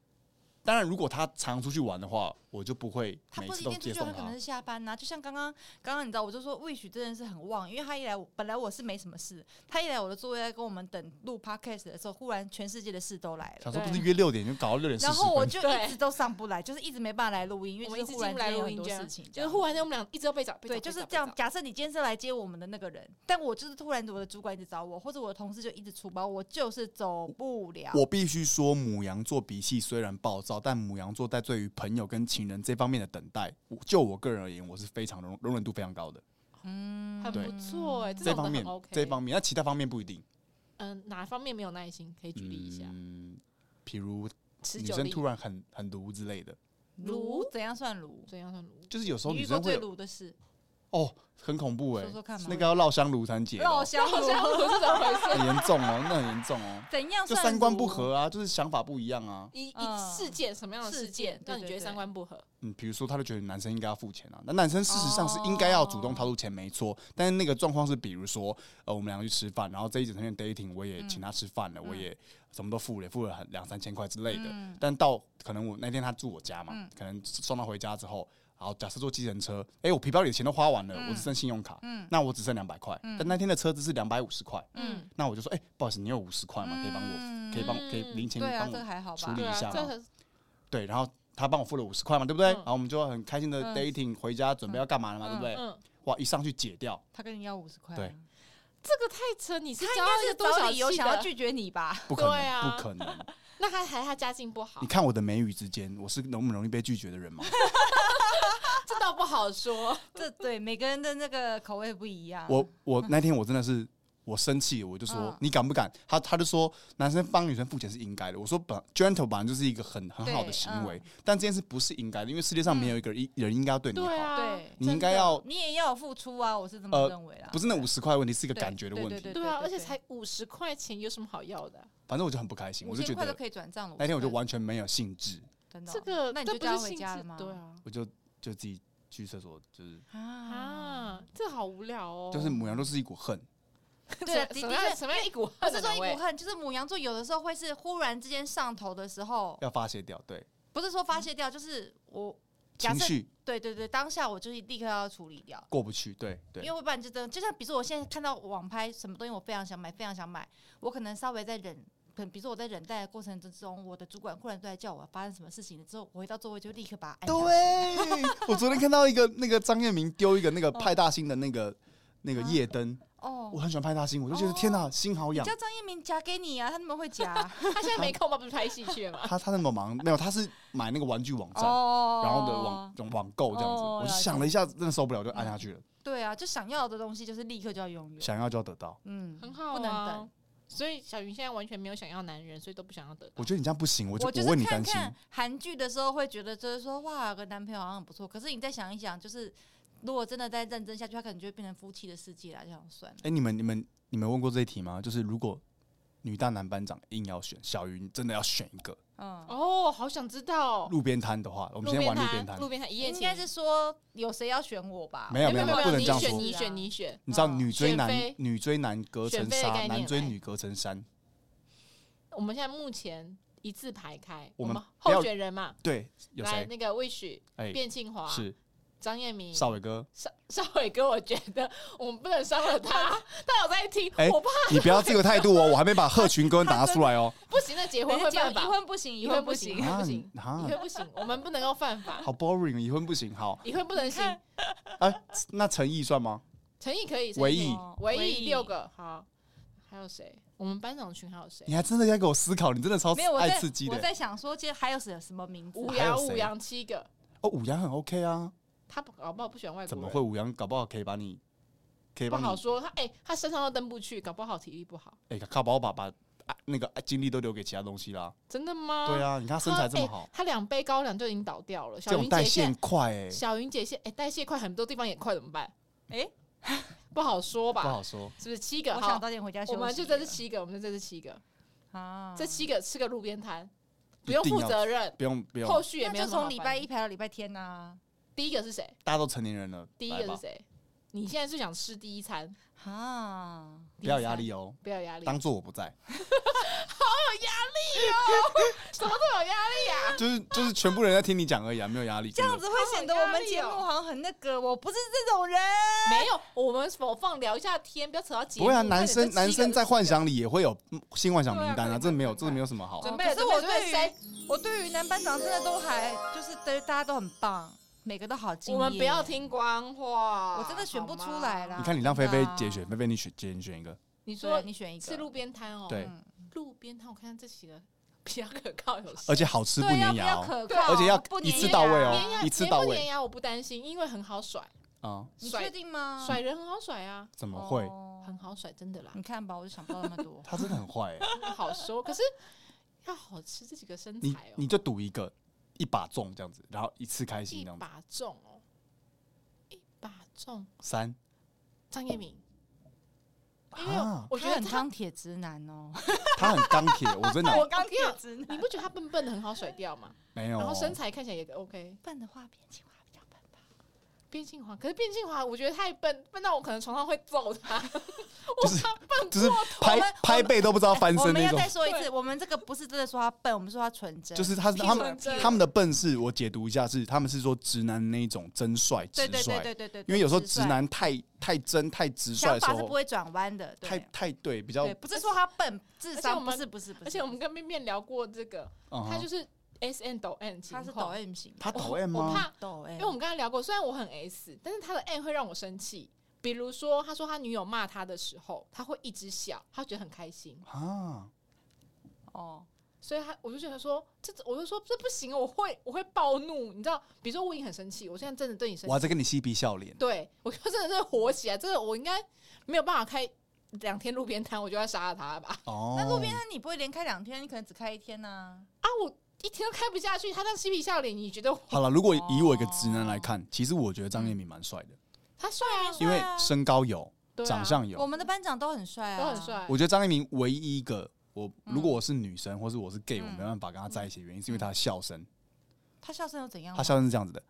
当然如果他常出去玩的话，我我就不会
他
每
不
次
一
都
定出
接
去，他
送啊
可能
他
是。下班啊呐、就像刚刚刚刚你知道，我就说魏许真的是很旺，因为他一来我，本来我是没什么事，他一来我的座位在跟我们等录 podcast 的时候，忽然全世界的事都来
想
了。
说
对
不是约六点，就搞到六点四
然
十
后我
分。
就
对
一直都上不来，就是一直没办法来录音，因为
我
就
们一
是
直
忽
进
然
不来
间有
录
很
音
多
这样
事情，
就是忽然间我们俩一直都被找，被
对，
找
就是
被找
这样
被。找
假设你今天是来接我们的那个人，但我就是突然我的主管一直找我，或者我的同事就一直出包，我就是走不了。
我必须说，母羊座脾气虽然暴躁，但母羊座在对于朋友跟情人这方面的等待，我就我个人而言，我是非常容容忍度非常高的
嗯
很不错哎、
这
种
方
的
面
很 OK。
这方面，那其他方面不一定。
嗯，哪方面没有耐心？可以举例一下。
嗯，比如
持
女
久
生
力
突然很很毒之类的，
炉怎样算炉？
怎样算如
就是有时候
你
女
遇过
生会
最
有
炉的事，
哦，很恐怖哎、
说说看嘛
那个要绕香炉才能解的哦、
肉香
好像
炉
我是怎么回 事？
很严重哦，那很严 重哦，
怎样
就
算
三观不
炉。
合啊，就是想法不一样啊。
一
嗯
一事件什么样的
事
事件
件对
让你
对
觉得三
对
观不合？
嗯，比如说，他就觉得男生应该要付钱啊，那男生事实上是应该要主动掏出钱，没
哦
错。但是那个状况是，比如说，呃，我们俩去吃饭，然后这一整天的 dating，我也请他吃饭了，我也什么都付了，付了很两三千块之类的。
嗯
但到可能我那天他住我家嘛，
嗯
可能送他回家之后，然后假设坐计程车，哎、我皮包里的钱都花完了，
嗯
我只剩信用卡，
嗯
那我只剩两百块，
嗯
但那天的车资是两百五十块，
嗯，
那我就说，哎、不好意思，你有五十块吗？可以帮我，
嗯
可以帮，可以零钱
对啊，
帮
这
我
个还好
处
吧
理？
对
一
啊
下，
这
嘛
很
对，然后他帮我付了五十块嘛，对不对？
嗯
然后我们就很开心的
嗯
dating 回家，准备要干嘛了嘛，
嗯
对不对？
嗯，
哇，一上去解掉，
他跟你要五十块啊，
对
这个太扯，你是
他
交
应该
了
是
多
找
少
理由
气
想要
的？
拒绝你吧？
不可
对
能，
啊
不可能！
那他还他家境不好
你，看我的眉宇之间，我是容不容易被拒绝的人吗？
这倒不好说。
这对每个人的那个口味不一样。
我我那天我真的是。我生气，我就说
嗯
你敢不敢？他他就说男生帮女生付钱是应该的。我说本 gentle 本来就是一个很很好的
对
行为
嗯，
但这件事不是应该的，因为世界上没有一个人人应该要对你好
对，啊，
对
你应该要
你也要有付出啊，我是这
呃
么认为啦。
不是那五十块的问题，是一个
对
感觉的
对
问
对
题
对。
对啊，而且才五十块钱，有什么好要的啊？
反正我就很不开心，我
五
就
千
觉
块都
得
可以转账了。
那天我就
50块
完全没有兴致，
真的哦
这个
那你就
这
叫
不
他
是
回
性
家
质
了吗？
对啊，
我就就自己去厕所，就是
啊，
啊，这好无聊哦。
就是母羊都是一股恨，
对啊，
什
的
什
的
么样
确。
什么样一股
不
恨
是
的
说
两
一
位
股？恨，就是母羊座有的时候会是忽然之间上头的时候，
要发泄掉，对，
不是说发泄掉，就是我假
情
设
绪
对对对，当下我就是立刻要处理掉，
过不去，对对
因，为不然就真的就像比如说我现在看到网拍什么东西，我非常想买，非常想买，我可能稍微在忍，可能比如说我在忍待的过程之中，我的主管忽然过来叫我发生什么事情了之后，我回到座位就立刻把它按下。
对， 我昨天看到一个那个张彦明丢一个那个派大星的那个那个夜灯，
啊
我
哦，
很喜欢派大星，我就觉得
哦
天哪，心好
你
痒
叫。张一鸣夹给你啊，他那么会 夹
他现在没空吗？不是拍戏去了吗？
他他那么忙，没有，他是买那个玩具网站，
哦
然后的网网购这样子。
哦
我就
了解
想了一下，真的受不了，就按下去了。
对啊，就想要的东西就是立刻就要拥有，
想要就要得到，
嗯，
很好，啊
不能等。。
所以小云现在完全没有想要男人，所以都不想要得到
我。觉得你这样不行，我就
我就
为
是
你
看
担心。
看韩剧的时候会觉得，就是说哇，有个男朋友好像很不错。可是你再想一想，就是如果真的再认真下去，他可能就会变成夫妻的世界啦，就想算了
哎、。你们你们你们问过这一题吗？就是如果女大男班长硬要选，小云真的要选一个
嗯，
哦，好想知道哦。
路边摊的话，我们先玩路边摊。
路边摊一夜
应
情
该是说有谁要选我吧？
没有
没
没有
有
不能
你
这样
选
说
你选你选，
你知道
嗯
女追
哦选
男
妃，
女追男隔层
选妃的概
纱，
念
男追
来
女隔层山。
我们现在目前一字排开，我
我们
们
不要
候选人嘛，
对，有
来
谁？
那个魏许、
哎、
卞庆华、
是
张彦明、
少伟哥，
邵邵伟哥，我觉得我们不能伤了 他，他有在听，
哎
我怕
你不要这个态度哦，我还没把鹤群哥拿出来 哦。
不行，那结
结
婚会犯
结
法
已，婚不行，已
已婚
婚
不
不
行
行。
婚
啊
不行
你啊
已，婚不行，我们不能够犯法，
好 boring，已婚不行。好，
已婚不能行，
哎、那陈毅算吗？
陈毅可以，
唯
陈毅
一
哦
唯一六，个好，还有谁？我们班长群还有谁？
你还真的要给我思考，你真的超
没有我
爱
在
刺激
我
的。
在想说，今天还有什什么名字？啊
五
还有
羊
谁
五羊七个，
哦，五羊很 OK 啊，
他不搞不好不喜欢外国人，
怎么会五羊？搞不好可以把你，可以
不
帮你
好说？他哎、他身上都登不去，搞不好体力不好，
哎、欸，靠宝把把啊那个精力都留给其他东西啦。
真的吗？
对啊，你看他身材这么
哎
好，
他两杯高粱就已经倒掉了。
这
小
种
云
代
姐
谢很
现
快哎、
在小云姐现哎、代谢快，很多地方也快，怎么办？
哎，
不好说
不
吧？
好说。
是不是七个？
我想
好，
早点回家休息
我
了。
们就这是七个，我们就这是七个，
啊，
这七个吃个路边摊，
一
不用
定
负
要
责任，
不用不用，
后续也
那
没有
就
什么好
从礼拜
烦
一排到礼拜天呐。
第一个是谁？
大家都成年人了，
第一
来
个
吧
是，谁？你现在最想吃第一餐，
啊，
嗯
不要有压力哦，
不要有压力。
当做我不在。
好有压力哦！ 什么都有压力啊！
就是就是全部人在听你讲而已啊，没有压力。
这样
真的
子会显得我们节目好像很那个，我不是这种人。
哦没有，我们我放聊一下天，不要扯到节目。
不会啊，
快点
男生男生在幻，想里也会有嗯新幻想
对啊
名单啊，
快点
这没有
快点
这没有什么好
快。准备了
哦可是我
准备了
对
塞
于我对于男班长真的都还就是对大家都很棒，每个都好
这
敬
个
业。
我们不要，听官话，
我真的选不出来
了。
啦。
你看你让菲菲
真的啊
节选，菲菲你选姐你选一个，
你
对
说
你选一个
是路边摊哦，
对
嗯
路边摊，我看看这几个比较可靠有谁，
而且好吃不
对要
粘
不
牙
要
哦，
可
对啊
靠，
而且要
不
一
粘
次
牙
到位
粘
哦，
牙
一次到
粘不
位
粘牙我不担心，因为很好甩，
啊，
你
甩
确定吗？
甩人很好甩啊，
怎么会？。
嗯哦
很好甩，真的啦，
你看吧，我就想不到那么多
他真的很坏欸，
不好说。可是要好吃这几个身
你
材
你
哦，
就赌一个一把中这样子，然后一次开心
一
这样子，
把中哦，一把中
三
张叶明，因为
啊，
我觉
他
得
很
他
钢铁直男 哦，
他很钢铁，我 真的
我
钢
铁
直
你
男。
不觉得他笨笨的很好甩掉吗？
没有
然后
哦，
身材看起来也 OK，
笨的话，边情话比较笨吧。
卞庆华，可是卞庆华我觉得太笨，笨到我可能床上会揍他，
就
我
是
怕笨
就是拍
我们
拍背都不知道翻
我
身
们
那
要
种
再。说一
对
次，我们这个不是真的说他笨，我们说他纯真。
就是他是他们
屁股很
他们的笨是我解读一下是他们是说直男那一种真帅直
对对对
率，
对对对，
因为有时候
直
直
率
男太太真太直率
想
的时
法是不
候，
会转弯的，对
太太对比较嗯
对，不是说他笨，智
而且我
商不
们
是不是不是，
而且我们跟面面聊过这个，
嗯
他
哼
就是 S N 抖 N 情
他
况，
是抖 M 型的，
他抖
我
M
我
吗？
怕，
抖 M，
因为我们刚才聊过，虽然我很 S，但是他的 N 会让我生气。比如说，他说他女友骂他的时候，他会一直笑，他觉得很开心，
啊，
哦，
所以他我就觉得说，这我就说这不行，啊我会我会暴怒，你知道？比如说我已经很生气，我现在真的对你生
我还
气，
在跟你嬉皮笑脸，
对我就真的是火起来，真的我应该没有办法开两天路边摊，我就要杀了他吧？
哦，
那路边摊你不会连开两天，你可能只开一天呐。
啊，我一天都开不下去，他那嬉皮笑脸，你觉得我
好了，如果以我一个直男
哦
来看，其实我觉得张彦明蛮帅的，
他帅啊？
因为
帅哦啊
身高有，
对啊
长相
我
有。
们的班长都很帅啊，
都很。帅，
我觉得张彦明唯一一个，我
嗯
如果我是女生或是我是 gay，我
嗯
没办法跟他在一起，原因是因为他的笑声，
他笑声又怎样吗？
他笑声是这样子的，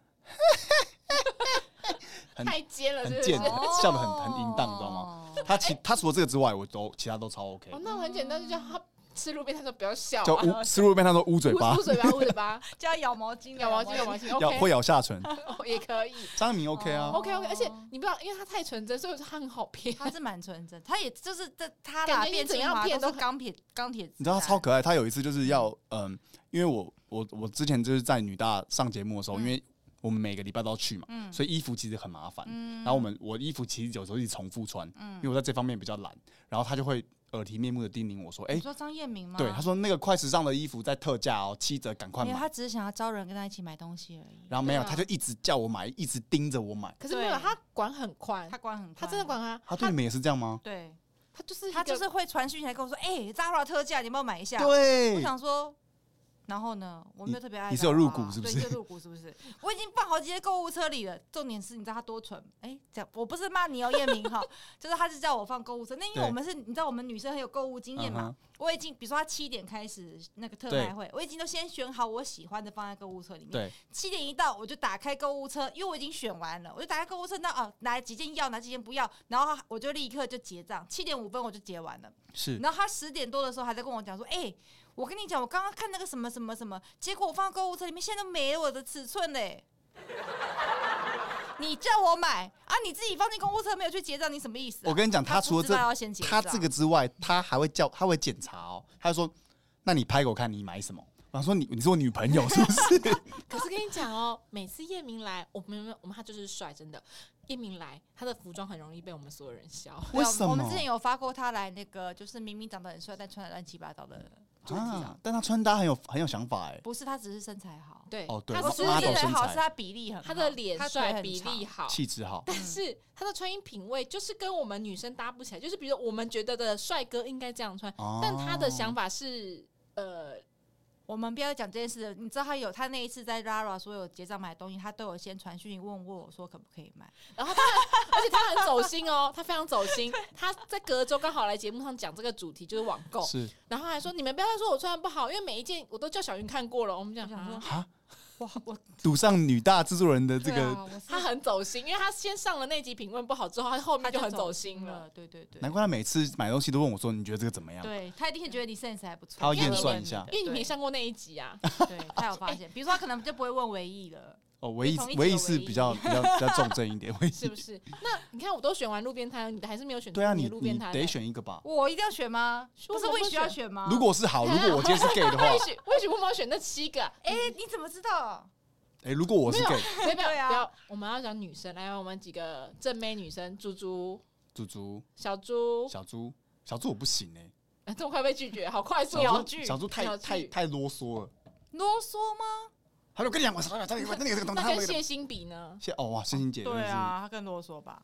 很
太尖了，
很
是不是
贱的 笑得很很淫荡你知道
吗？
他其他除了这个之外，我都其他都超 OK
哦，。那很简单，就叫他吃路边摊的时候不要笑、
叫
啊，
乌思路被他说捂嘴巴
捂，嘴巴，捂嘴 巴，
叫咬毛巾，
咬毛巾，咬毛巾
咬会
，OK，
咬 下唇。
哦也可以
张明 OK 啊，
哦
，OK OK，而且你不知道，因为他太纯真，所以我说他很好骗。
他是蛮纯真，他也就是这他
感
啦，
觉你
变
怎
性
样
华
变
都
都
是钢铁钢铁直男，
你知道他超可爱。他有一次就是要嗯，因为我我我之前就是在女大上节目的时候，
嗯
因为我们每个礼拜都要去嘛，
嗯
所以衣服其实很麻烦。
嗯
然后我们我衣服其实有时候一直重复穿，因为
嗯，
我在这方面比较懒。然后他就会耳提面命的叮咛我说：“哎
你，说张彦明吗？
对，他说那个快时尚的衣服在特价哦，七折，赶快
没有，
买。
他只是想要招人跟他一起买东西而”已。
然后没有，
对啊
他就一直叫我买，一直盯着我买。
可是没有，
对
他管很宽
他，管很宽，
他真的，管啊，
他对你们也是这样吗？
对
他就是一
他
个
就是会传讯息来跟我说，哎，Zara 特价，你帮我买一下。我
对，
想说，然后呢，我没有特别爱
你
他啊
是有入股是不
对
是
就入股是不是？我已经放好几些购物车里了。重点是，你知道他多蠢？哎、这样我不是骂你哦，叶明 哈，就是他是叫我放购物车。那因为
对
我们是，你知道我们女生很有购物经验嘛。
嗯哼
我已经，比如说他七点开始那个特
对
卖会，我已经都先选好我喜欢的放在购物车里面。
对，
七点一到，我就打开购物车，因为我已经选完了，我就打开购物车，那哦哪几件要，哪几件不要，然后我就立刻就结账。七点五分我就结完了。
是
然后他十点多的时候还在跟我讲说：“哎、我跟你讲，我刚刚看那个什么什么什么，结果我放到购物车里面，现在都没了我的尺寸嘞。你叫我买啊，你自己放进购物车没有去结账，你什么意思啊、
我跟你讲，他
他
除
不
了
知
这
道要先结
他
账，
这个之外，他还会叫，他会检查哦。他就说：“那你拍给我看，你买什么？”我想说你：“你是我女朋友是 不是
可是跟你讲哦，每次叶明来，我们我们他就是帅，真的。叶明来，他的服装很容易被我们所有人笑。
对啊
为什么
我们之前有发过他来那个，就是明明长得很帅，但穿的乱七八糟的，？”
啊！但他穿搭很有很有想法哎。
不是他只是身材好，
对，
哦对
他
不
我
是
是
懂
身
他懂
材好，
身材
是他比例很好，
他的脸
他腿
帅，
很
比
长
例好，
气质好，
但是他的穿衣品味就是跟我们女生搭不起来，就是比如我们觉得的帅哥应该这样穿，
哦
但他的想法是呃，
我们不要讲这件事了。你知道他有他那一次在 Lara 说有结账买东西，他都有先传讯息问我说可不可以买。
然后他而且他很走心哦，他非常走 心。他在隔周刚好来节目上讲这个主题就是网购，
是
然后还说你们不要再说我穿的不好，因为每一件我都叫小云看过了。我们讲
我想
啊
说
啊，
哇，我
赌上女大制作人的 这
对
个，
啊我是
他很走心，因为他先上了那集评论不好之后，他后
他
面
就
很
走
走心了。
了，对对对，
难怪他每次买东西都问我说：“你觉得这个怎么样
对他一定觉得你 sense 还不错，
他要
因为
验
你
算
们
一下
因为你没
对
上过那一集啊，
对，他有发现，比如说他可能就不会问唯一了，？”
哦，唯一
同一集
唯一
有
是
唯一
比较比较比较重正一点，唯一
是不是？那你看，我都选完路边摊，你还是没有选出
对啊，
你
你
的路边
你
摊欸。
得选一个吧。
我一定要选吗？不
为
是
什么不
wish 要
选
选吗？
如果是好，如果我 今天是 gay 的话
为，许为许不帮我选那七 个啊？
哎，你怎么知道？
哎，如果我是 gay，
不要不
对啊
要不要，我们要讲女生，来，我们几个正妹女生，猪猪、
猪猪、
小猪，
小猪、小猪我不行哎，
哎这么快被拒绝，好快速
小
哦！
猪小猪
小
太
猪
太太啰嗦了。
啰嗦吗？
他说：“我跟你讲，我什么什么那个那个这个东
那
西，他
跟
那个。
谢欣比呢”？
谢哦哇，谢欣姐真的
对
是
啊，他更啰嗦吧？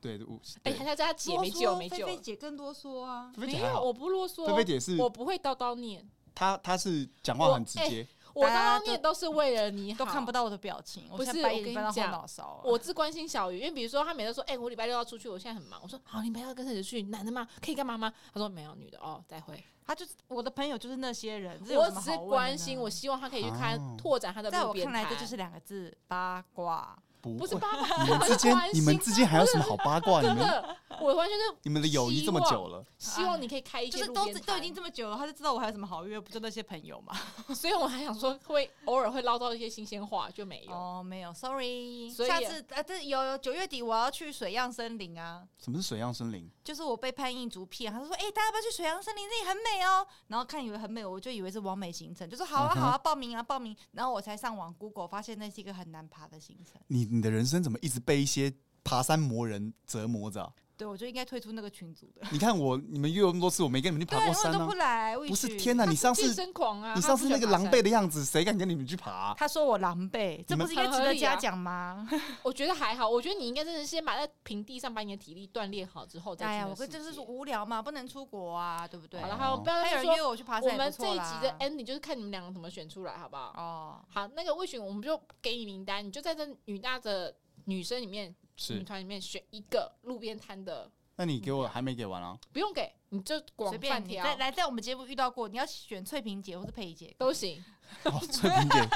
对，我
哎，
对
他家他姐
啰
没救
嗦
没
菲
救
菲
了，
姐更啰嗦啊！
菲菲姐
没
还
有，
好，
我不啰嗦，
菲菲姐是
我不会叨叨念，
她她是讲话很直接，
我叨哎
大家
叨
都
念都是为了你
都
好
看不。到我的表情，
不
现在
是
白
我
眼
跟
翻
你
到后
讲
脑勺了。啊
我只关心小鱼，因为比如说他每次说，哎，我礼拜六要出去，我现在很忙。我说好，你礼拜六跟谁去？男的吗？可以干嘛吗？他说没有，女的哦，再会。
他就是我的朋友，就是那些人。这有
我
什么
只
好
是
问的
关
呢
心，我希望他可以去看
哦
拓展他的
在我
路边
看来，这就
摊
是两个字：八卦。
不
不是
会
八 卦，
你们之间
关，心
你们之间还有什么好八卦？你
真
们
的，我完全是
你们的友谊这么久了，
希望你可以开一
就
些
是
路
都
边
都已经
摊
这么久了，他就知道我还有什么好约，不就那些朋友嘛？
所以我还想说会偶尔会捞到一些新鲜话，就没有。
哦，没有，sorry。
所以
下次啊，这有有九月底我要去水漾森林啊，
什么是水漾森林？
就是我被潘映竹骗，他就说：“哎、大家要不要去水漾森林？这里很美哦。”然后看以为很美，我就以为是完美行程，就说：“好啊，
嗯哼
好啊，报名啊，报名。”然后我才上网 Google，发现那是一个很难爬的行程。
你你的人生怎么一直被一些爬山魔人折磨着啊、
对，我就应该退出那个群组的。
你看我，你们约我那么多次，我没跟你们去
对，
爬 过
因为
山
都
啊
不。来，
不是天哪，
他
你
是
上
健
次
身狂啊，
你
他
上
不
次
喜
那
欢
个
爬
狼狈
山，
的样子，谁敢跟你们去爬啊、
他说我狼狈，这不
你们
是应该值得嘉奖吗？
我觉得还好。我觉得你应该真的先把在平地上把你的体力锻炼好之后再去
哎呀，
那
我
个
跟
世
就是
界
说无聊嘛，不能出国啊，对不对？
好了，好，不要
还
再
有
说
人约。我去爬山
我
也不
们
错
这
啦，
一集的 ending 就是看你们两个怎么选出来，好不好？
哦，
好，那个魏巡我们就给你名单，你就在这女大的女生里面、女
是，
团里面选一个路边摊的，
嗯那你给我还没给完 啊？
不用给，你就广
随便
泛
你
挑
在来在我们节目遇到过，你要选翠萍姐或是佩仪姐，
都行。
哦，翠萍姐，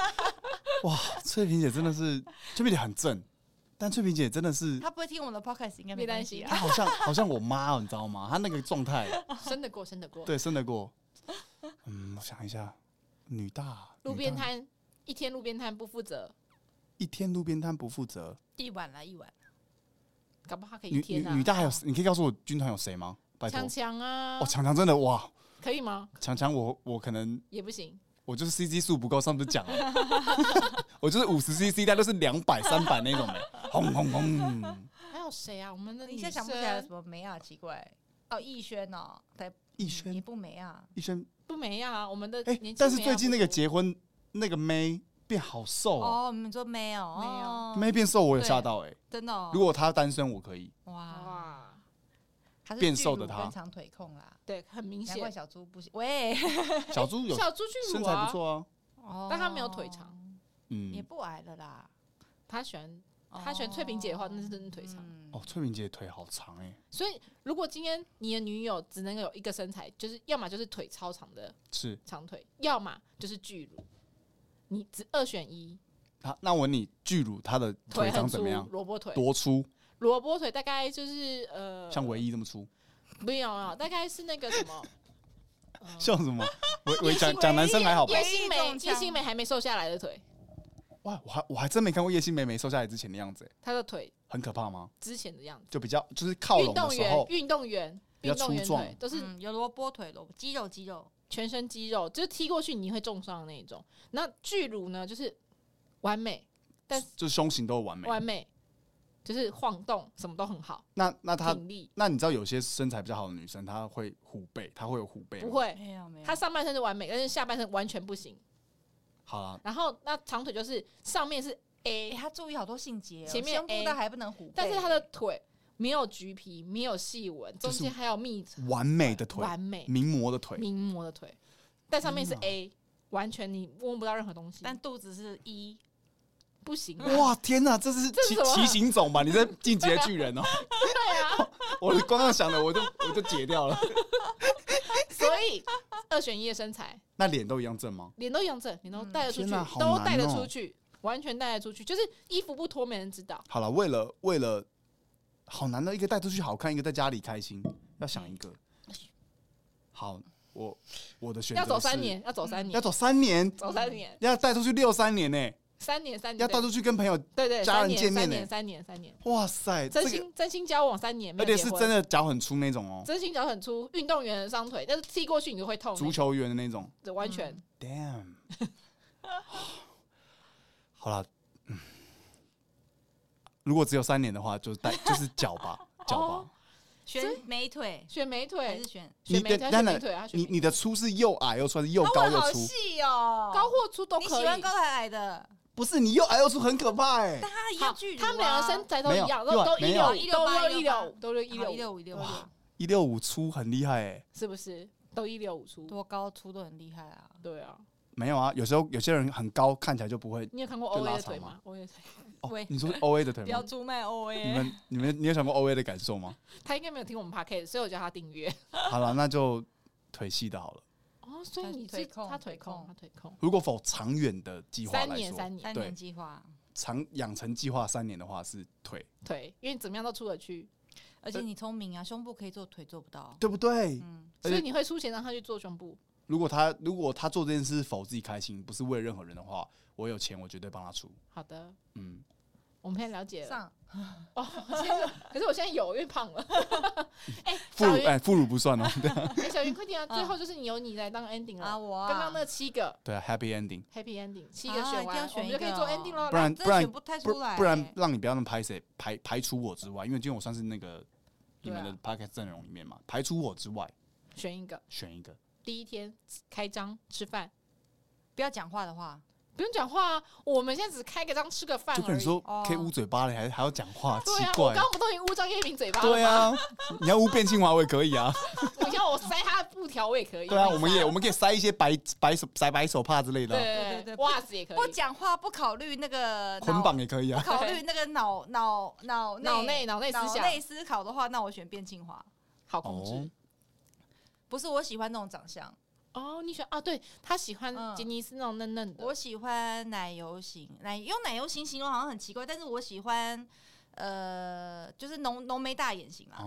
哇，翠萍姐真的是，翠萍姐很正，但翠萍姐真的是，
她不会听我们的 podcast，应该没关系
她
啊。
好像好像我妈哦，你知道吗？她那个状态，
生得过，生得过。
对，生得过。嗯，我想一下，女大
路
女
边
大
摊一天路边摊不负责，
一天路边摊不负责，
一晚了，一晚。
搞不好他可以一
女
天
女
啊。
女大还有，你可以告诉我军团有谁吗？拜托
强，强啊
哦，，强强真的哇，
可以吗？
强强我我可能
也不行，
我就是 CC 数不够，上次讲了， 我就是五十 CC，但都是两百、三百那种的，轰轰轰！
还有谁啊？我们的
你
女
现在
生
想不起来有什么美啊？奇怪，哦，逸轩哦，对，嗯
逸
也
轩，
不美啊。
逸轩，
不美啊？我们的
哎、
年轻
但是
美啊
最近那个
不
结婚那个妹变好瘦哦，
哦，你们说没有？
没有
哦
妹变瘦我有
对
吓到哎、
真的哦。
如果她单身我可 以，
哇，
哇，
她是
变瘦的
巨乳
她
跟长腿控啦，
对，很明
难怪
显。
小猪不行。 喂，
小猪有
小猪巨
身
乳
材
啊
不，错啊，
哦
但她没有腿长，
也
嗯，
不矮了啦。
他喜欢他喜欢翠萍姐的话，那是真的腿长。
嗯
哦，翠萍姐腿好长哎、
所以如果今天你的女友只能有一个身材，就是要么就是腿超长的
是
长腿，要么就是巨乳，你只二选一，
她，那我问你巨乳她的腿
很
长怎
粗
么样，？
萝卜腿，
多粗？
萝卜腿大概就是呃，
像唯一这么粗？
没有啊，大概是那个什 么，
像 什么？我我
叶
讲
欣
讲男生还好吧？
叶新
唯
梅
一中，枪
叶新梅还没瘦下来的腿，
哇，我还我还真没看过叶欣美美瘦下来之前的样子、欸，
她的腿
很可怕吗？
之前的样子。
就比较就是靠
运
拢的
动
时
员，
候，
运动员，
比较
运动员
粗壮
腿都是
嗯有萝卜腿，萝卜肌肉肌肉。
全身肌肉，就是踢过去你会重伤的那一种。那巨乳呢，就是完美，
就是胸型都有完美。
完美，就是晃动什么都很好，
那那她
挺立
那你知道有些身材比较好的女生，她会虎背，她会有虎背吗
不？会。
没有没有
她上半身是完美，但是下半身完全不行。
好啦，
然后那长腿就是上面是
哎、欸，
A，
他注意好多细节、哦，
前面
胸部
A，
大还不能虎，
但是她的腿没有橘皮，没有细纹，中
就是
间还有密层，
完美的腿，
完美。
名模的腿，嗯
名模的腿，但上面是
天哪
A，完全你摸不到任何东西，
但肚子是一、
不行啊，
哇，天哪，这是
这是
骑
什么
骑行种吧？你在进阶巨人 哦、
对啊，
我光要想的我就我就解掉了。
所以所以二选一的身材，
那脸都一样正吗？
脸都一样正，脸都带得出去
天哪，好
都带得
难哦
出去，完全带得出去，就是衣服不脱没人知道。
好了，为了为了，好难的一个带出去好看，一个在家里开心，要想一个。好，我我的选择
要走三
是，嗯
年，要走三
要
年，
走三年，
走三年，
要带出去六三年呢、欸
三年三年，
要带出去跟朋友，
对对，
家
三
人
年
见面
三
呢
年三年三年，
哇塞，这
真
个
心真心交往三年，没
而
有
且
结
是
婚
真的脚很粗那种哦、
真心脚很粗，运动员的伤腿，但是踢过去你就会痛，
足球员的那种。
那完全
嗯
Damn，好了，嗯，如果只有三年的话，就是 带就是脚吧，脚吧。
哦
选美腿
选美
还
腿
是，选？
选
你
美腿，
的当
选
然
美腿啊，选
你
美
你的粗是又矮又粗，还是又
啊
高
我
又
好
粗？
细哦，
高或粗都
你
可
喜欢
以。
高还矮的？
不是你又矮又粗，很可怕哎、
但他一
好
样距离啊，
他们两个身材都
没
一
有
样，
又
都都
没
一
有
六一，都
168
一六，都六一
好
六
一六五一六五，
哇
一六五粗很厉害哎、
是不是？都一六五出。
多高粗都很厉害啊！
对啊，
没有啊，有时候有些人很高，看起来就不会。
你有看过
就
O A
拉
的
长
腿
嘛
吗？O A 的腿，
哦
喂，
你说 O A 的腿
不
吗
要？出卖哦 O
你
A，
们你们你有想过 O A 的感受吗？
他应该没有听我们 p o d c a s 所以我叫他订阅。
好了，那就腿细的好了。
哦，所以
他
你
腿
是
控
他腿
腿控
控，他腿控，
如果否长远的计划
三
来
年
说，
三
三
年
年计划，
长养成计划三年的话是腿，
腿，因为怎么样都出得去，
而且你聪明啊，胸部可以做，腿做不到。
对不对？
嗯，
而且
所以你会出钱让他去做胸部。
如果他如果他做这件事否自己开心，不是为了任何人的话，我有钱我绝对帮他出。
好的，
嗯，
我们现在了解了。
上
哦，可是我现在有，因为胖了。 哎、
副
小
乳
云，
哎副乳不算哦， 对
哎小云，快点啊！
嗯
最后就是你由你来当 ending
啊，
了。
我啊
刚刚那七个
对啊，Happy Ending。
happy ending，七
啊
个选
一定要
完，我
选
们
一
就可以
个
做
哦
ending 了。
不然
真
不
的
然
选不太
不
出来欸，
不然让你不要那么拍谁排排除我之外，因为今天我算是那个你们的
对啊
p o c a s t 阵容里面嘛，排除我之外
选一个，
选一个。
第一天开张吃饭，
不要讲话的话，
不用讲话啊。我们现在只开个张吃个饭
就跟
而
你
已。
说
哦
可以捂嘴巴了，还还要讲话，奇
对啊，我
怪
刚。刚不都已经捂张月平嘴巴了吗？
对啊，你要捂变性娃我也可 以啊。
我要我塞他的布条我也可以。
对啊，我们也我们可以塞一些白白手塞白手帕之类的啊，
对
对对
袜子也可
不
以，
讲话，不考虑那个
捆
脑
绑也可以啊
不。考虑那个脑脑脑
脑内脑内思
脑
想
内思考的话，那我选卞庆华。
好控
哦
制。，
不是我喜欢那种长相，
哦，你选啊？对他喜欢
嗯
杰尼斯那种嫩嫩的。
我喜欢奶油型，奶用奶油型形容好像很奇怪，但是我喜欢呃，就是浓浓眉大眼型啦。对，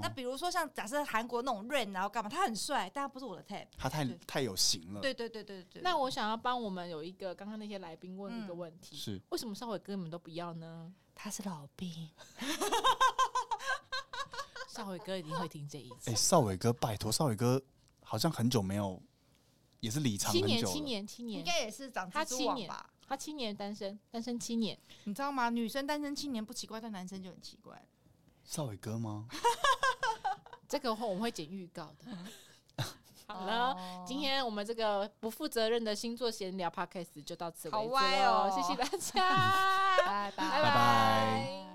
啊
那，比如说像假设韩国那种 Rain，然后干嘛，他很帅，但他不是我的 type。
他太
对
太有型
嗯
了。
对对对对对。
那我想要帮我们有一个刚刚那些来宾问
嗯
一个问题，
是
为什么少伟哥你们都不要 呢？
他是老兵，
少伟哥一定会听这一集
哎、。少伟哥，拜托，少伟哥好像很久没有，也是离场
七
很
年，
久
七
了。
年，七
应
年，
该也是长
他
蜘蛛
七
网
年
吧？
他七年单身，单身七年，
嗯你知道吗？女生单身七年不奇怪，但男生就很奇怪。
少伟哥吗？
这个话我们会剪预告的。 好了，
哦
今天我们这个不负责任的星座闲聊 podcast 就到此为止
好歪
咯
哦
谢谢大家，
拜拜
拜
拜
拜。